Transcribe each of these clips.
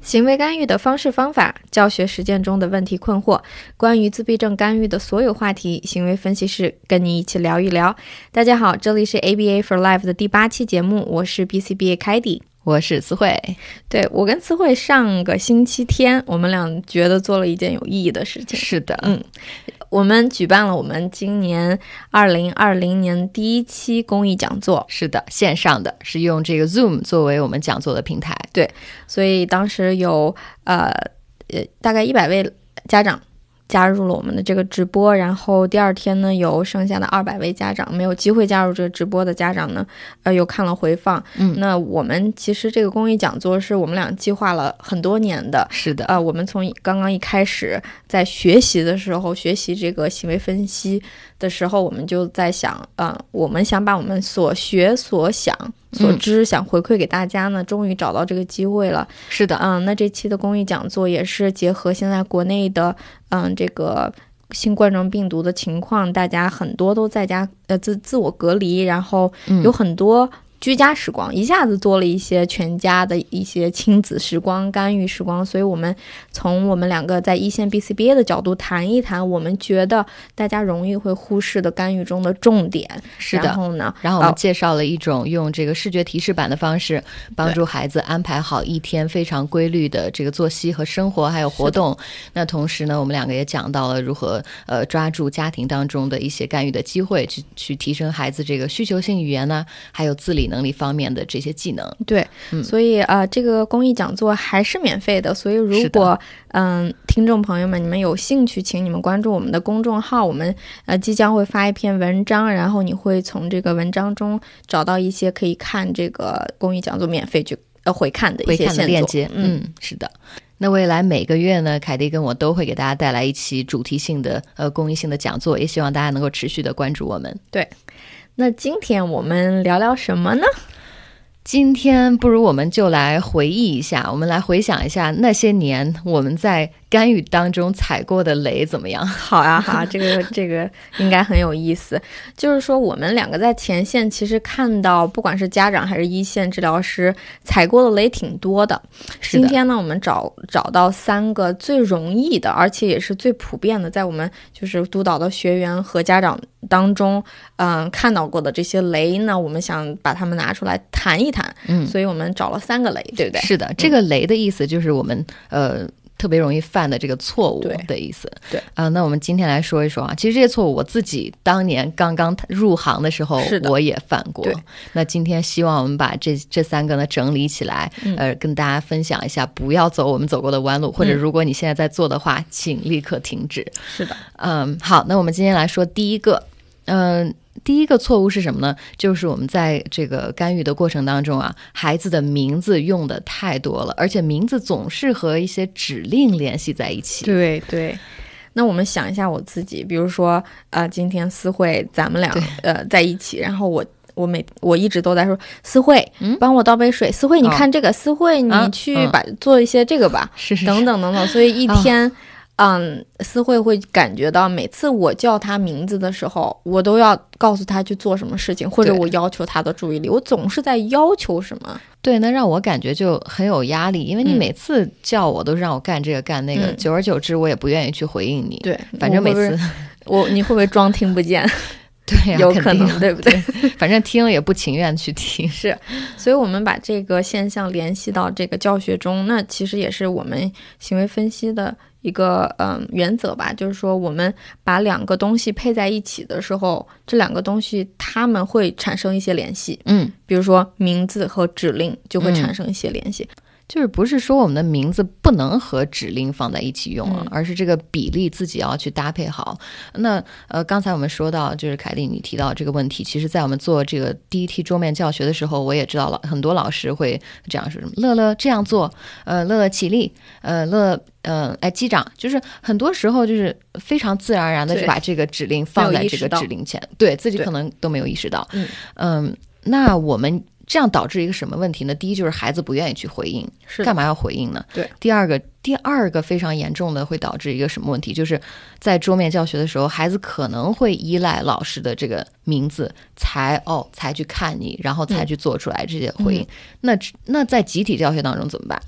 行为干预的方式方法、教学实践中的问题困惑，关于自闭症干预的所有话题，行为分析师跟你一起聊一聊。大家好，这里是 ABA for Life 的第八期节目，我是 BCBA 凯迪。我是词汇，对我跟思慧上个星期天，我们俩觉得做了一件有意义的事情。是的，嗯，我们举办了我们今年二零二零年第一期公益讲座，是的，线上的是用这个 Zoom 作为我们讲座的平台。所以当时有呃呃大概一百位家长加入了我们的这个直播，然后第二天呢，有剩下的二百位家长没有机会加入这个直播的家长呢，呃又看了回放。嗯那我们其实这个公益讲座是我们俩计划了很多年的，是的，呃，我们从刚刚一开始在学习的时候，学习这个行为分析的时候，我们就在想，呃，我们想把我们所学、所想、所嗯知，想回馈给大家呢，终于找到这个机会了。是的，嗯，那这期的公益讲座也是结合现在国内的，嗯，这个新冠状病毒的情况，大家很多都在家呃自自我隔离，然后嗯有很多居家时光，一下子多了一些全家的一些亲子时光、干预时光，所以我们从我们两个在一线 BCBA 的角度谈一谈，我们觉得大家容易会忽视的干预中的重点，是然的。后呢，然后我们哦介绍了一种用这个视觉提示板的方式，帮助孩子安排好一天非常规律的这个作息和生活，还有活动。那同时呢，我们两个也讲到了如何呃抓住家庭当中的一些干预的机会，去去提升孩子这个需求性语言呐、还有自理能力方面的这些技能。对，嗯所以呃，这个公益讲座还是免费的。所以如是的果嗯，听众朋友们，你们有兴趣，请你们关注我们的公众号，我们呃即将会发一篇文章，然后你会从这个文章中找到一些可以看这个公益讲座免费去呃回看的一回些看的线链索。接。嗯，嗯，是的。那未来每个月呢，凯蒂跟我都会给大家带来一期主题性的呃公益性的讲座，也希望大家能够持续的关注我们。那今天我们聊聊什么呢？今天不如我们就来回忆一下，我们来回想一下那些年我们在干预当中踩过的雷怎么样？好呀、好啊，这个这个应该很有意思。就是说，我们两个在前线，其实看到不管是家长还是一线治疗师，踩过的雷挺多的。是今的天呢，我们找找到三个最容易的，而且也是最普遍的，在我们就是督导的学员和家长当中，嗯、看到过的这些雷呢，我们想把它们拿出来谈一谈。嗯，所以我们找了三个雷，对嗯不对？是的，这个雷的意思就是我们呃。特别容易犯的这个错误对的意思，对啊、那我们今天来说一说啊，其实这些错误我自己当年刚刚入行的时候是的我也犯过对。那今天希望我们把这这三个呢整理起来，嗯呃，跟大家分享一下，不要走我们走过的弯路，或者嗯如果你现在在做的话，请立刻停止。是的，嗯，好，那我们今天来说第一个，嗯、第一个错误是什么呢？就是我们在这个干预的过程当中啊，孩子的名字用的太多了，而且名字总是和一些指令联系在一起。对对。那我们想一下我自己，比如说，呃，今天思慧咱们俩对呃在一起，然后我我每我一直都在说思慧，嗯帮我倒杯水，思慧你哦看这个，思慧你啊去嗯把、做一些这个吧，是是等是，等等等，所以一啊天。嗯，思慧会感觉到，每次我叫她名字的时候，我都要告诉她去做什么事情，或者对我要求她的注意力，我总是在要求什么。对，那让我感觉就很有压力，因为你嗯每次叫我都让我干这个干那个，嗯久而久之我也不愿意去回应你。，对，反正每次 我你会不会装听不见？对呀、啊有肯可定能，对不对？反正听也不情愿去听。是，所以我们把这个现象联系到这个教学中，那其实也是我们行为分析的一个嗯原则吧，就是说我们把两个东西配在一起的时候，这两个东西它们会产生一些联系，嗯，比如说名字和指令就会产嗯生一些联系。就是不是说我们的名字不能和指令放在一起用啊，嗯而是这个比例自己要去搭配好。那呃，刚才我们说到，就是凯丽你提到这个问题，其实，在我们做这个第一梯桌面教学的时候，我也知道了很多老师会这样说什么：乐乐这样做，呃，乐乐起立，呃，乐乐呃，哎，击掌，就是很多时候就是非常自然而然的对就把这个指令放没在有意这识个到指令前，对自己对可能都没有意识到。嗯嗯，那我们。这样导致一个什么问题呢？第一就是孩子不愿意去回应，是干的，嘛要回应呢？对，第二个，第二个非常严重的会导致一个什么问题？就是在桌面教学的时候，孩子可能会依赖老师的这个名字才哦才去看嗯你，然后才去做出来这些回应。那那在集体教学当中怎么办？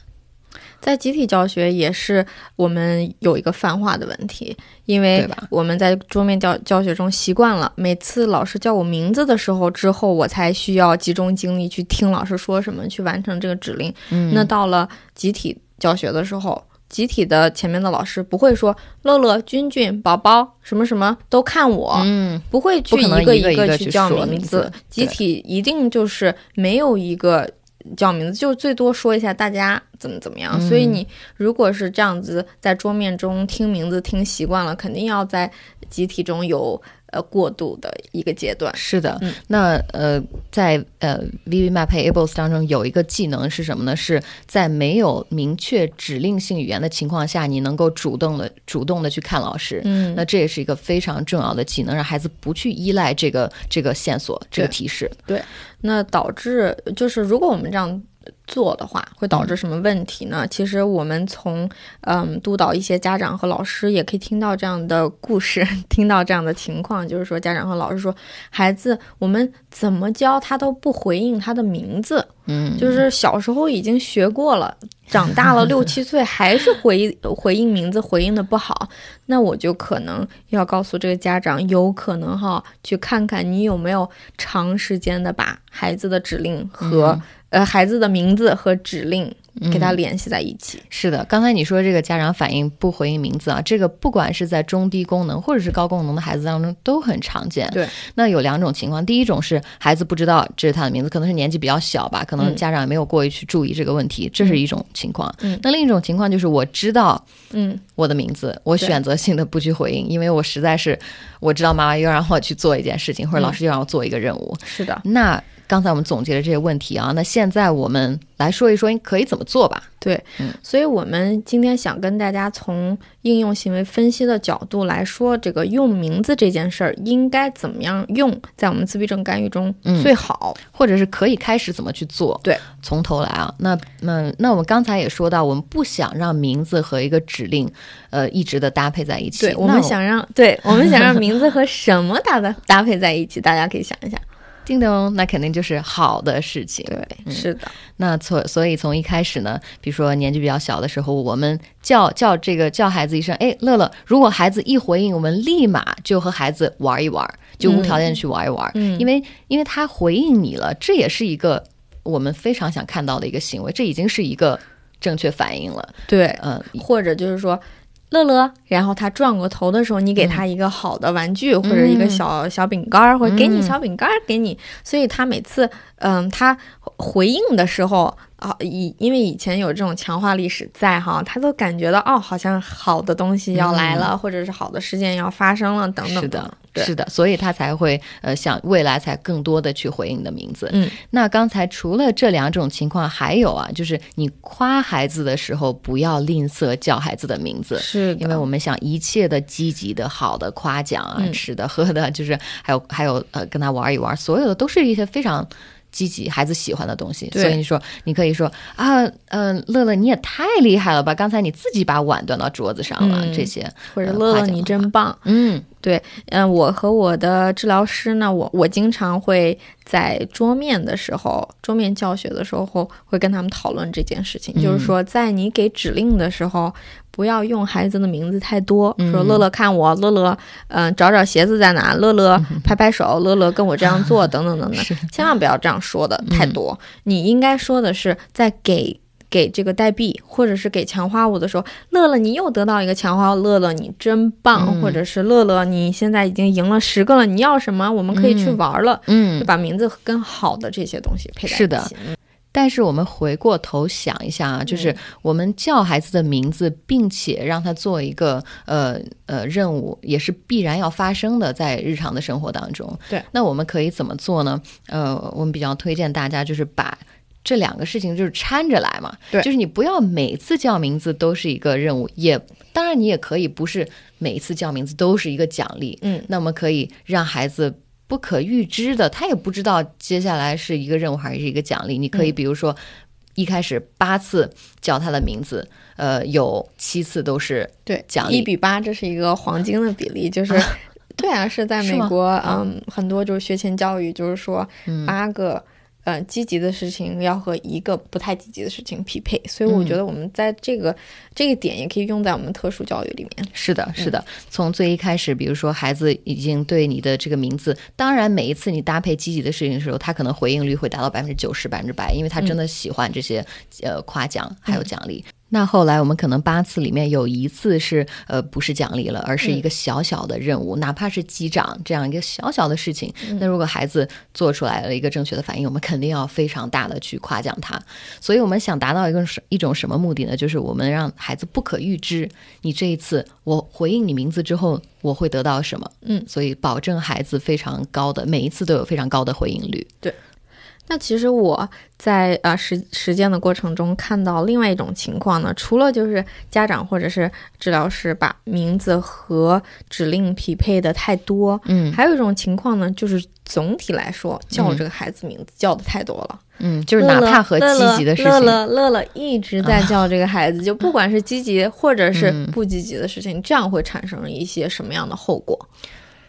在集体教学也是我们有一个泛化的问题，因为对吧我们在桌面教教学中习惯了，每次老师叫我名字的时候之后，我才需要集中精力去听老师说什么，去完成这个指令。嗯，那到了集体教学的时候，集体的前面的老师不会说乐乐、君君、宝宝什么什么都看我，嗯，不会去不可能个一个一个去去叫说名名字集对体一定就是没有一个叫名字，就最多说一下大家怎么怎么样。所以嗯你如果是这样子在桌面中听名字听习惯了，肯定要在集体中有呃过渡的一个阶段。是的，嗯那呃，在呃 VV Map Ables 当中有一个技能是什么呢？是在没有明确指令性语言的情况下，你能够主动的主动的去看老师。嗯那这也是一个非常重要的技能，让孩子不去依赖这个这个线索、这个提示。那导致就是，如果我们这样做的话，会导致什么问题呢？其实我们从嗯督导一些家长和老师，也可以听到这样的故事， 听到这样的情况，就是说家长和老师说，孩子我们怎么教他都不回应他的名字，嗯，就是小时候已经学过了，长大了六七岁还是回 回应名字回应的不好，那我就可能要告诉这个家长，有可能哈，去看看你有没有长时间的把孩子的指令和、嗯呃孩子的名字和指令给他联系在一起。是的，刚才你说这个家长反应不回应名字啊，这个不管是在中低功能或者是高功能的孩子当中都很常见。对，那有两种情况，第一种是孩子不知道这是他的名字，可能是年纪比较小吧，可能嗯家长也没有过于去注意这个问题，这是一种情况。嗯那另一种情况就是我知道嗯，我的名字，我对选择性的不去回应，因为我实在是我知道妈妈又让我去做一件事情，或者嗯老师又让我做一个任务，是的，那。刚才我们总结了这些问题啊，那现在我们来说一说你可以怎么做吧。对，嗯所以我们今天想跟大家从应用行为分析的角度来说，这个用名字这件事儿应该怎么样用，在我们自闭症干预中嗯最好。或者是可以开始怎么去做，对，从头来啊。那那那我们刚才也说到，我们不想让名字和一个指令，呃，一直的搭配在一起。对，我那们想让，对我们想让名字和什么搭的搭配在一起，大家可以想一下。叮咚，那肯定就是好的事情。对，是的，那从所以从一开始呢，比如说年纪比较小的时候，我们叫叫这个叫孩子一声，哎，乐乐。如果孩子一回应，我们立马就和孩子玩一玩，就无条件地去玩一玩，嗯因为因为他回应你了，这也是一个我们非常想看到的一个行为，这已经是一个正确反应了。对，嗯，或者就是说。乐乐，然后他转过头的时候，你给他一个好的玩具，或者一个小小饼干儿，或者给你小饼干儿，给你。所以他每次，嗯，他回应的时候啊，以因为以前有这种强化历史在哈，他都感觉到哦，好像好的东西要来了，或者是好的事件要发生了，等等。是的，对是的，所以他才会呃想未来才更多的去回应你的名字。嗯，那刚才除了这两种情况，还有啊，就是你夸孩子的时候不要吝啬叫孩子的名字。是的，因为我们想一切的积极的、好的夸奖啊，嗯吃的、喝的，就是还有还有呃，跟他玩一玩，所有的都是一些非常积极、孩子喜欢的东西。对所以你说，你可以说啊，嗯、乐乐你也太厉害了吧！刚才你自己把碗端到桌子上了，嗯这些，或者呃乐夸乐奖你的真棒，嗯嗯，我和我的治疗师呢，我我经常会在桌面的时候，桌面教学的时候，会跟他们讨论这件事情，就是说，在你给指令的时候，不要用孩子的名字太多，说乐乐看我，乐乐，嗯、找找鞋子在哪，乐乐拍拍手，乐乐跟我这样做，等等等等，千万不要这样说的太多。你应该说的是，在给给这个代币或者是给强化物的时候，乐乐你又得到一个强化物，乐乐你真棒，嗯或者是乐乐你现在已经赢了十个了，你要什么？我们可以去玩了。嗯就，把名字跟好的这些东西配在一起。是的，但是我们回过头想一下嗯啊，就是我们叫孩子的名字，并且让他做一个呃呃任务，也是必然要发生的，在日常的生活当中。对，那我们可以怎么做呢？呃，我们比较推荐大家就是把。这两个事情就是掺着来嘛，对就是你不要每次叫名字都是一个任务，也当然你也可以不是每一次叫名字都是一个奖励，嗯，那么可以让孩子不可预知的，他也不知道接下来是一个任务还是一个奖励。你可以比如说，一开始八次叫他的名字，呃，有七次都是对，奖励一比八，这是一个黄金的比例，就是。对啊，是在是美吗国，嗯，很多就是学前教育，就是说八个，呃积极的事情要和一个不太积极的事情匹配，所以我觉得我们在这个、这个点也可以用在我们特殊教育里面。是的，是的，从最一开始，比如说孩子已经对你的这个名字，当然每一次你搭配积极的事情的时候，他可能回应率会达到百分之九十、百分之百，因为他真的喜欢这些、呃夸奖还有奖励。那后来我们可能八次里面有一次是呃不是奖励了，而是一个小小的任务，哪怕是击掌这样一个小小的事情。那如果孩子做出来了一个正确的反应，我们肯定要非常大的去夸奖他。所以我们想达到一个什一种什么目的呢？就是我们让孩子不可预知，你这一次我回应你名字之后，我会得到什么？嗯，所以保证孩子非常高的每一次都有非常高的回应率。那其实我在啊实实践的过程中看到另外一种情况呢，除了就是家长或者是治疗师把名字和指令匹配的太多，嗯还有一种情况呢，就是总体来说叫这个孩子名字叫的太多了，嗯，就是哪乐乐怕和积极的事乐情，啊乐乐乐一直在叫这个孩子，就不管是积极或者是嗯不积极的事情，这样会产生一些什么样的后果？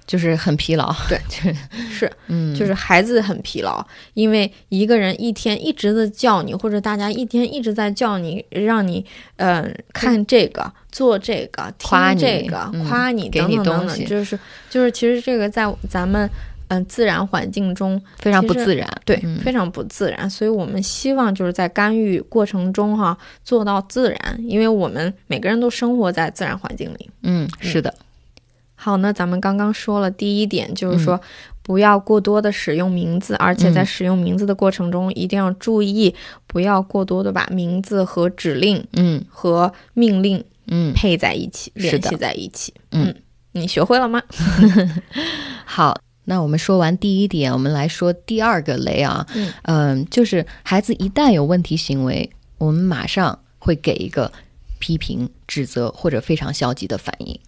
就是很疲劳。 对，就是是，嗯，就是孩子很疲劳，因为一个人一天一直在叫你，或者大家一天一直在叫你，让你嗯、呃看这个、做这个、听夸你这个、嗯夸你给等你等等东西等，就是就是其实这个在咱们嗯、呃自然环境中非常其不实自然。对、嗯非常不自然，所以我们希望就是在干预过程中哈、做到自然，因为我们每个人都生活在自然环境里。嗯，是的，好，那咱们刚刚说了第一点，就是说不要过多的使用名字，而且在嗯使用名字的过程中，一定要注意不要过多的把名字和指令嗯和命令嗯，配在一起，是联的系在一起。嗯，你学会了吗？好。那我们说完第一点，我们来说第二个雷啊，嗯就是孩子一旦有问题行为，我们马上会给一个批评、指责或者非常消极的反应。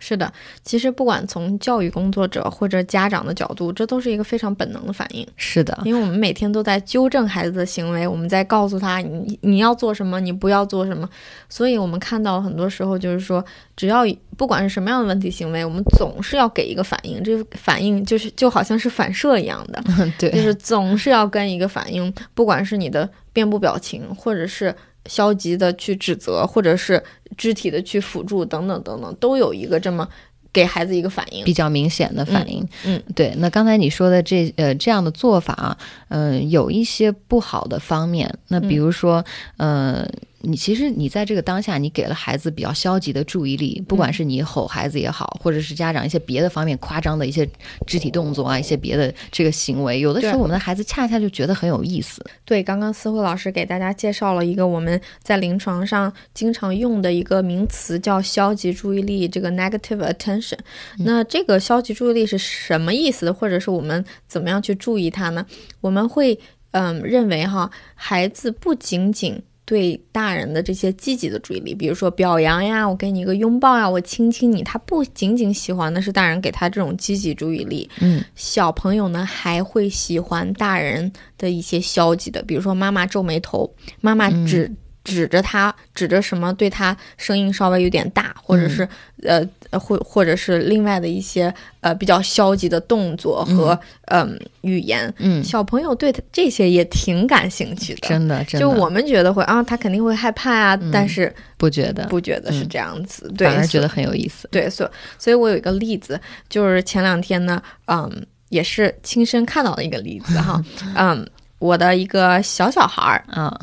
是的，其实不管从教育工作者或者家长的角度，这都是一个非常本能的反应，是的， 因为我们每天都在纠正孩子的行为，我们在告诉他你你要做什么，你不要做什么。所以我们看到很多时候就是说，只要不管是什么样的问题行为，我们总是要给一个反应，这个反应就是就好像是反射一样的， 对，就是总是要跟一个反应，不管是你的面部表情，或者是消极的去指责，或者是肢体的去辅助，等等等等，都有一个这么给孩子一个反应。比较明显的反应。嗯对。那刚才你说的这呃这样的做法啊，嗯、有一些不好的方面。那嗯比如说，呃。你其实你在这个当下，你给了孩子比较消极的注意力，嗯不管是你吼孩子也好，或者是家长一些别的方面夸张的一些肢体动作啊，一些别的这个行为，有的时候对我们的孩子恰恰就觉得很有意思。对，刚刚思慧老师给大家介绍了一个我们在临床上经常用的一个名词，叫消极注意力，这个 negative attention。那这个消极注意力是什么意思，或者是我们怎么样去注意它呢？我们会嗯认为哈，孩子不仅仅。对大人的这些积极的注意力，比如说表扬呀，我给你一个拥抱呀，我亲亲你，他不仅仅喜欢的是大人给他这种积极注意力，嗯，小朋友呢还会喜欢大人的一些消极的，比如说妈妈皱眉头，妈妈嗯指、指着他，指着什么对他声音稍微有点大，或者是、嗯呃，或或者是另外的一些呃比较消极的动作和嗯、语言，嗯，小朋友对他这些也挺感兴趣的。真的，真的，就我们觉得会啊，他肯定会害怕啊，但是不觉得，不觉得是这样子，对，嗯反而觉所得很有意思。对，所所以，我有一个例子，就是前两天呢，嗯，也是亲身看到的一个例子哈，嗯，我的一个小小孩儿啊，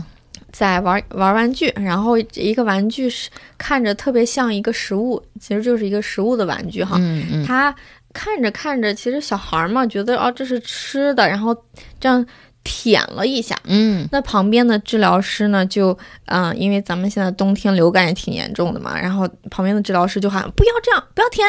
在玩玩玩具，然后一个玩具是看着特别像一个食物，其实就是一个食物的玩具哈，嗯嗯，他看着看着，其实小孩儿嘛觉得哦这是吃的，然后这样舔了一下，嗯那旁边的治疗师呢，就嗯、呃因为咱们现在冬天流感也挺严重的嘛，然后旁边的治疗师就喊不要这样，不要舔，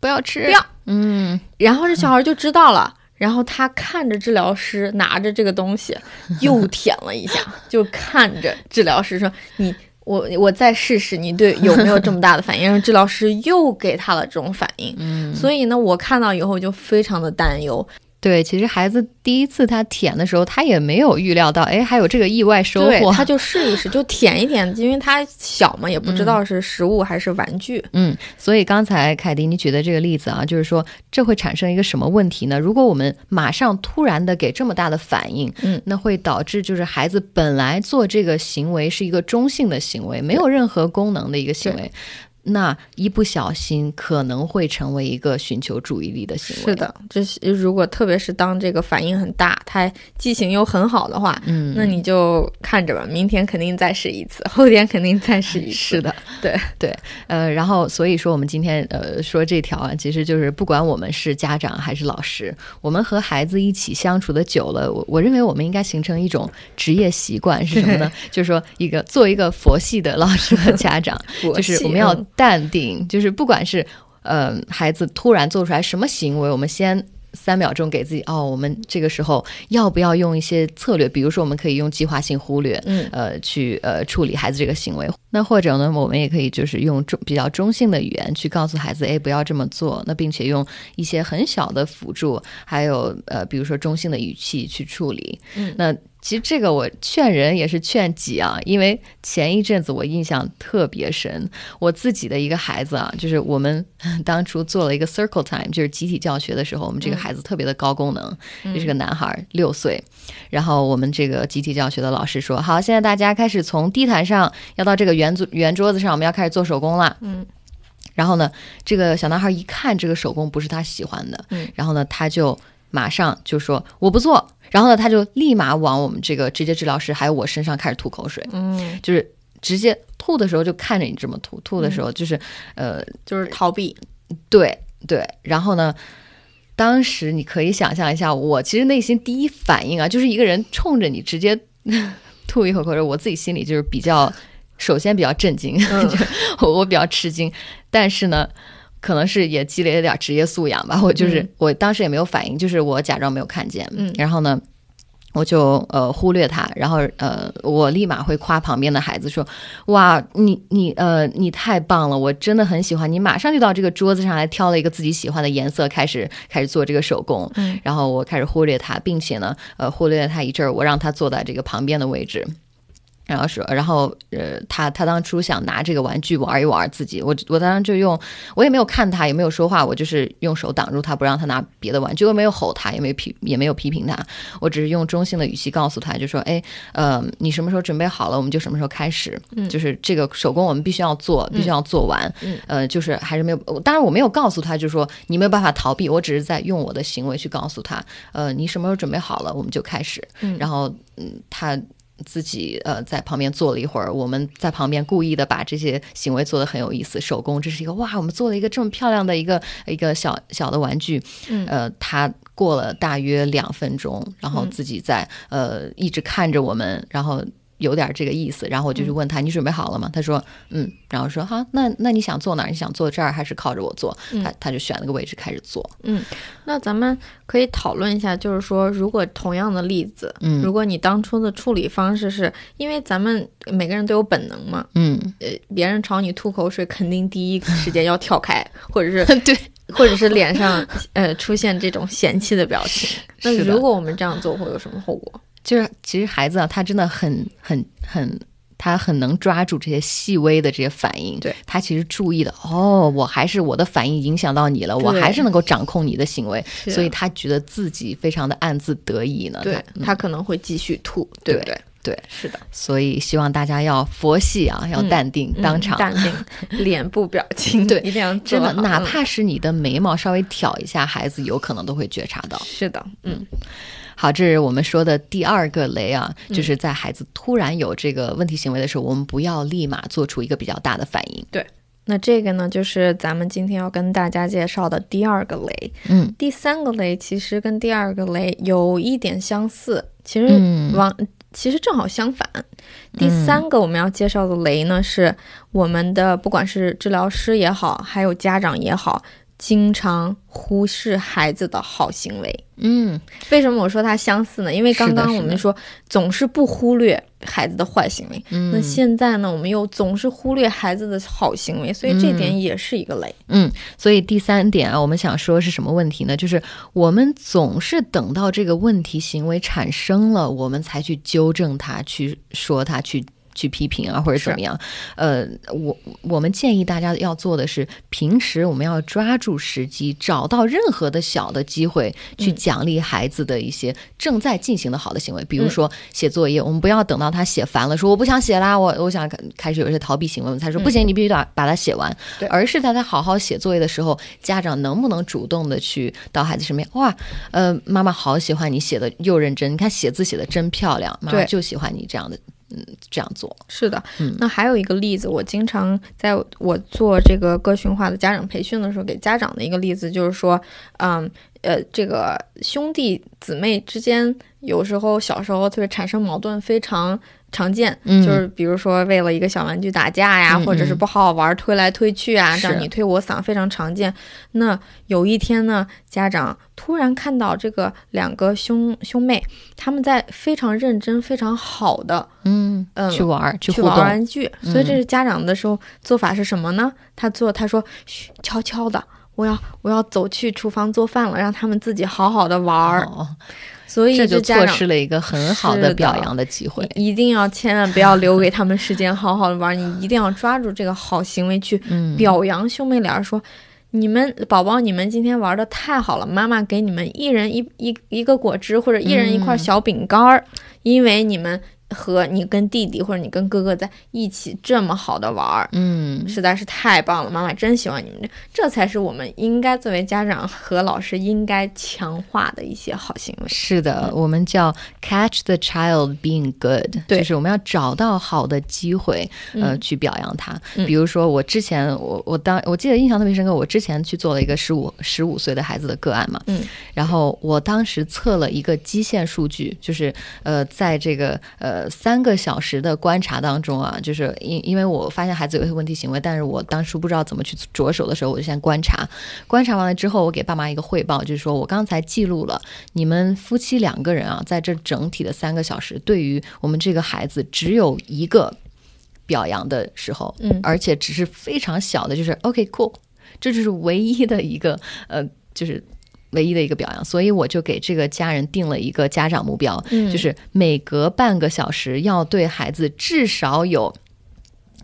不要吃，不要，嗯，然后这小孩就知道了。然后他看着治疗师拿着这个东 西，又舔了一下，就看着治疗师说：“你，我，我再试试，你对有没有这么大的反 应？”然后治嗯疗师又给他了这种反应。所以呢，我看到以后就非常的担忧。对，其实孩子第一次他舔的时候，他也没有预料到，哎，还有这个意外收对获，。他就试一试，就舔一舔，因为他小嘛，也不知道是食物还是玩具。 嗯，所以刚才凯迪你举的这个例子啊，就是说这会产生一个什么问题呢？如果我们马上突然的给这么大的反应，嗯，那会导致就是孩子本来做这个行为是一个中性的行为，没有任何功能的一个行为，那一不小心可能会成为一个寻求注意力的行为。是，的，这是如果特别是当这个反应很大，他记性又很好的话，嗯，那你就看着吧，明天肯定再试一次，后天肯定再试一次。是的， 对对，呃，然后所以说我们今天呃说这条啊，其实就是不管我们是家长还是老师，我们和孩子一起相处的久了，我我认为我们应该形成一种职业习惯是什么呢？就是说一个做一个佛系的老师和家长， 佛就是系我们要嗯淡定，就是不管是呃孩子突然做出来什么行为，我们先。三秒钟给自己哦，我们这个时候要不要用一些策略？比如说，我们可以用计划性忽略，嗯呃，去呃处理孩子这个行为。那或者呢，我们也可以就是用中比较中性的语言去告诉孩子，哎，不要这么做。那并且用一些很小的辅助，还有呃，比如说中性的语气去处理。嗯那其实这个我劝人也是劝己啊，因为前一阵子我印象特别深，我自己的一个孩子啊，就是我们当初做了一个 circle time，就是集体教学的时候，我们嗯这个孩子特别的高功能，这是个男孩儿，六岁。然后我们这个集体教学的老师说：“好，现在大家开始从地毯上要到这个圆桌圆桌子上，我们要开始做手工啦。”嗯。然后呢，这个小男孩一看这个手工不是他喜欢的，嗯然后呢，他就马上就说我不做，然后呢，他就立马往我们这个职业治疗师还有我身上开始吐口水，嗯，就是直接吐的时候就看着你这么吐，吐的时嗯候就是、呃就是逃避。对对，然后呢，当时你可以想象一下，我其实内心第一反应啊，就是一个人冲着你直接 吐一口口水，我自己心里就是比较，首先比较震惊， 嗯就 我我比较吃惊，但是呢。可能是也积累了点职业素养吧，我就是、嗯我当时也没有反应，就是我假装没有看见，嗯然后呢，我就呃忽略他，然后呃我立马会夸旁边的孩子说，哇，你你呃，你太棒了，我真的很喜欢你。马上就到这个桌子上来挑了一个自己喜欢的颜色，开始开始做这个手工。嗯，然后我开始忽略他，并且呢，呃，忽略了他一阵儿，我让他坐在这个旁边的位置。然后说，然后呃，他他当初想拿这个玩具玩一玩自己，我我当时就用，我也没有看他，也没有说话，我就是用手挡住他，不让他拿别的玩具，我没有吼他，也没有批，也没有批评他，我只是用中性的语气告诉他，就说，哎，呃，你什么时候准备好了，我们就什么时候开始，嗯就是这个手工我们必须要做，必须要做完，嗯呃，就是还是没有，我当然我没有告诉他，就说你没有办法逃避，我只是在用我的行为去告诉他，呃，你什么时候准备好了，我们就开始，嗯然后嗯，他。自己呃在旁边坐了一会儿，我们在旁边故意的把这些行为做得很有意思，手工这是一个哇，我们做了一个这么漂亮的一个 一个小小的玩具，嗯呃，他过了大约两分钟，然后嗯自己在呃一直看着我们，然后有点这个意思，然后我就去问他、你准备好了吗？他说嗯，然后说哈那那你想坐哪儿？你想坐这儿还是靠着我坐？嗯他他就选了个位置开始坐，那咱们可以讨论一下，就是说，如果同样的例子，嗯如果你当初的处理方式是因为咱们每个人都有本能嘛，嗯，呃，别人朝你吐口水，肯定第一时间要跳开，或者是 对，或者是脸上呃出现这种嫌弃的表情。那是的如果我们这样做会有什么后果？就是其实孩子啊，他真的很很很。他很能抓住这些细微的这些反应，对他其实注意的哦，我还是我的反应影响到你了，我对还是能够掌控你的行为，是啊所以他觉得自己非常的暗自得意呢。对他嗯他可能会继续吐，对不对？对，是的，所以希望大家要佛系啊，要淡定，当嗯场。淡 定，脸部表情，对一定要真的，做好哪嗯怕是你的眉毛稍微挑一下，孩子有可能都会觉察到。是的，嗯好，这是我们说的第二个雷啊，嗯就是在孩子突然有这个问题行为的时候，我们不要立马做出一个比较大的反应。那这个呢，就是咱们今天要跟大家介绍的第二个雷。嗯第三个雷其实跟第二个雷有一点相似，其实嗯往、其实正好相反。第三个我们要介绍的雷呢，是我们的不管是治疗师也好，还有家长也好，经常忽视孩子的好行为。嗯，为什么我说它相似呢？因为刚是刚的我们说总是不忽略孩子的坏行为，那嗯现在呢，我们又总是忽略孩子的好行为，所以这点也是一个雷。嗯，所以第三点啊，我们想说是什么问题呢？就是我们总是等到这个问题行为产生了，我们才去纠正它，去说它，去。去批评啊，或者怎么样？呃，我我们建议大家要做的是，平时我们要抓住时机，找到任何的小的机会去奖励孩子的一些正在进行的好的行为，比如说写作业，我们不要等到他写烦了，说我不想写啦，我我想开始有一些逃避行为，我们才说不行，你必须得把它写完。对而是在他好好写作业的时候，家长能不能主动的去到孩子身边？哇，呃，妈妈好喜欢你写的又认真，你看写字写的真漂亮，妈妈对就喜欢你这样的，嗯，这样做，是的，嗯那还有一个例子，我经常在我做这个个性化的家长培训的时候，给家长的一个例子就是说，嗯，呃，这个兄弟姊妹之间有时候小时候特别产生矛盾非常常见，嗯就是比如说为了一个小玩具打架呀，嗯或者是嗯不好好玩推来推去啊，这样是你推我搡非常常见。那有一天呢，家长突然看到这个两个兄兄妹他们在非常认真、非常好的。嗯，嗯，去玩儿，去去互玩动，嗯玩具。所以这是家长的时候做法是什么呢？他做他说嘘，悄悄的。我要我要走去厨房做饭了，让他们自己好好的玩儿。哦，所以这就家错长失了一个很好是的的表扬的机会。一定要千万不要留给他们时间好好的玩儿，你一定要抓住这个好行为去嗯表扬兄妹俩，说你们宝宝你们今天玩的太好了，妈妈给你们一人一一一个果汁或者一人一嗯块小饼干儿，因为你们和你跟弟弟或者你跟哥哥在一起这么好的玩儿，嗯，实在是太棒了，妈妈真喜欢你们，这这才是我们应该作为家长和老师应该强化的一些好行为。是的，我们叫 catch the child being good，嗯对就是我们要找到好的机会，呃，去表扬他。嗯比如说，我之前我我当我记得印象特别深刻，我之前去做了一个十五十五岁的孩子的个案嘛，嗯，然后我当时测了一个基线数据，就是呃，在这个呃三个小时的观察当中啊，就是因因为我发现孩子有一些问题行为，但是我当初不知道怎么去着手的时候，我就先观察，观察完了之后，我给爸妈一个汇报，就是说我刚才记录了。你们夫妻两个人啊，在这整体的三个小时，对于我们这个孩子只有一个表扬的时候，嗯而且只是非常小的，就是 OK cool，这就是唯一的一个呃，就是唯一的一个表扬，所以我就给这个家人定了一个家长目标，嗯就是每隔半个小时要对孩子至少有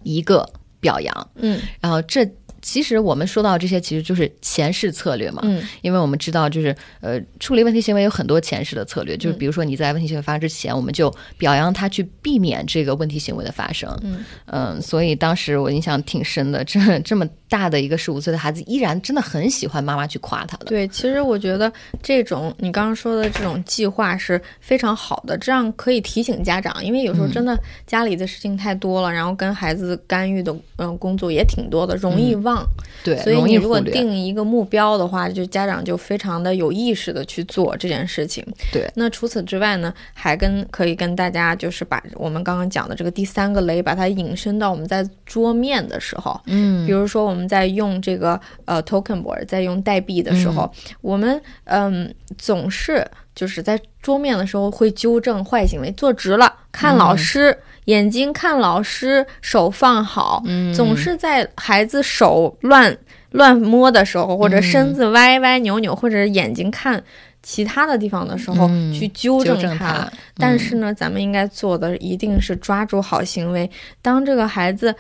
一个表扬，嗯然后这。其实我们说到这些，其实就是前世策略嘛。嗯因为我们知道，就是呃，处理问题行为有很多前世的策略，就是嗯比如说你在问题行为发生之前，我们就表扬他去避免这个问题行为的发生。嗯嗯，所以当时我印象挺深的， 这这么大的一个十五岁的孩子，依然真的很喜欢妈妈去夸他的。对，其实我觉得这种你刚刚说的这种计划是非常好的，这样可以提醒家长，因为有时候真的家里的事情太多了，然后跟孩子干预的嗯、呃工作也挺多的，容易忘。对，所以容你易如忽果略。定一个目标的话，就家长就非常的有意识的去做这件事情。对，那除此之外呢，还跟可以跟大家就是把我们刚刚讲的这个第三个雷，把它引申到我们在桌面的时候，嗯，比如说我们在用这个呃 token board，在用代币的时候，我们嗯总是就是在桌面的时候会纠正坏行为，坐直了看老嗯师。眼睛看老师，手放好，嗯总是在孩子手乱乱摸的时候，或者身嗯子歪歪扭扭，或者眼睛看其他的地方的时候，嗯去纠纠正正嗯它。他，但是呢，咱们应该做的一定是抓住好行为。当这个孩子，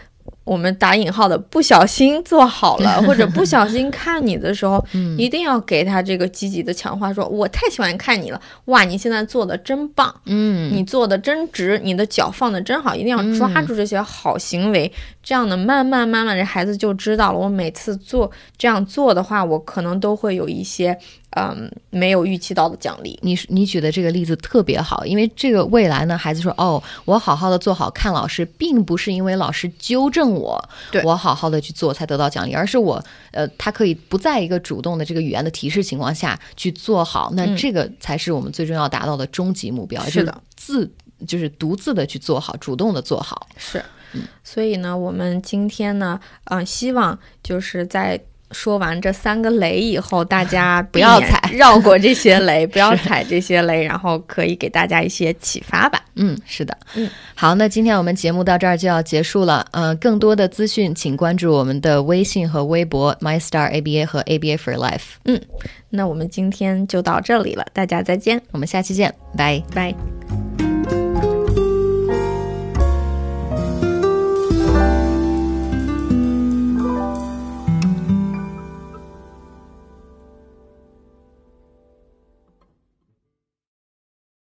我们打引号的不小心做好 了，或者不小心看你的时候，嗯一定要给他这个积极的强化，说我太喜欢看你了，哇，你现在做的真棒，嗯，你做的真值，你的脚放的真好，一定要抓住这些好行为。这样呢，慢慢慢慢，这孩子就知道了。我每次做这样做的话，我可能都会有一些嗯没有预期到的奖励。你你举的这个例子特别好，因为这个未来呢，孩子说哦，我好好的做好看老师，并不是因为老师纠正我对，我好好的去做才得到奖励，而是我呃，他可以不在一个主动的这个语言的提示情况下去做好，那嗯这个才是我们最终要达到的终极目标，是的，自就是独自的去做好，主动的做好，嗯是，所以呢，我们今天呢，啊、希望就是在说完这三个雷以后，大 家不要踩，绕过这些雷，不要 踩这些雷，然后可以给大家一些启发吧。嗯，是的，嗯，好，那今天我们节目到这儿就要结束了。呃，更多的资讯请关注我们的微信和微博 MyStar ABA 和 ABA for Life。那我们今天就到这里了，大家再见，我们下期见，拜。拜。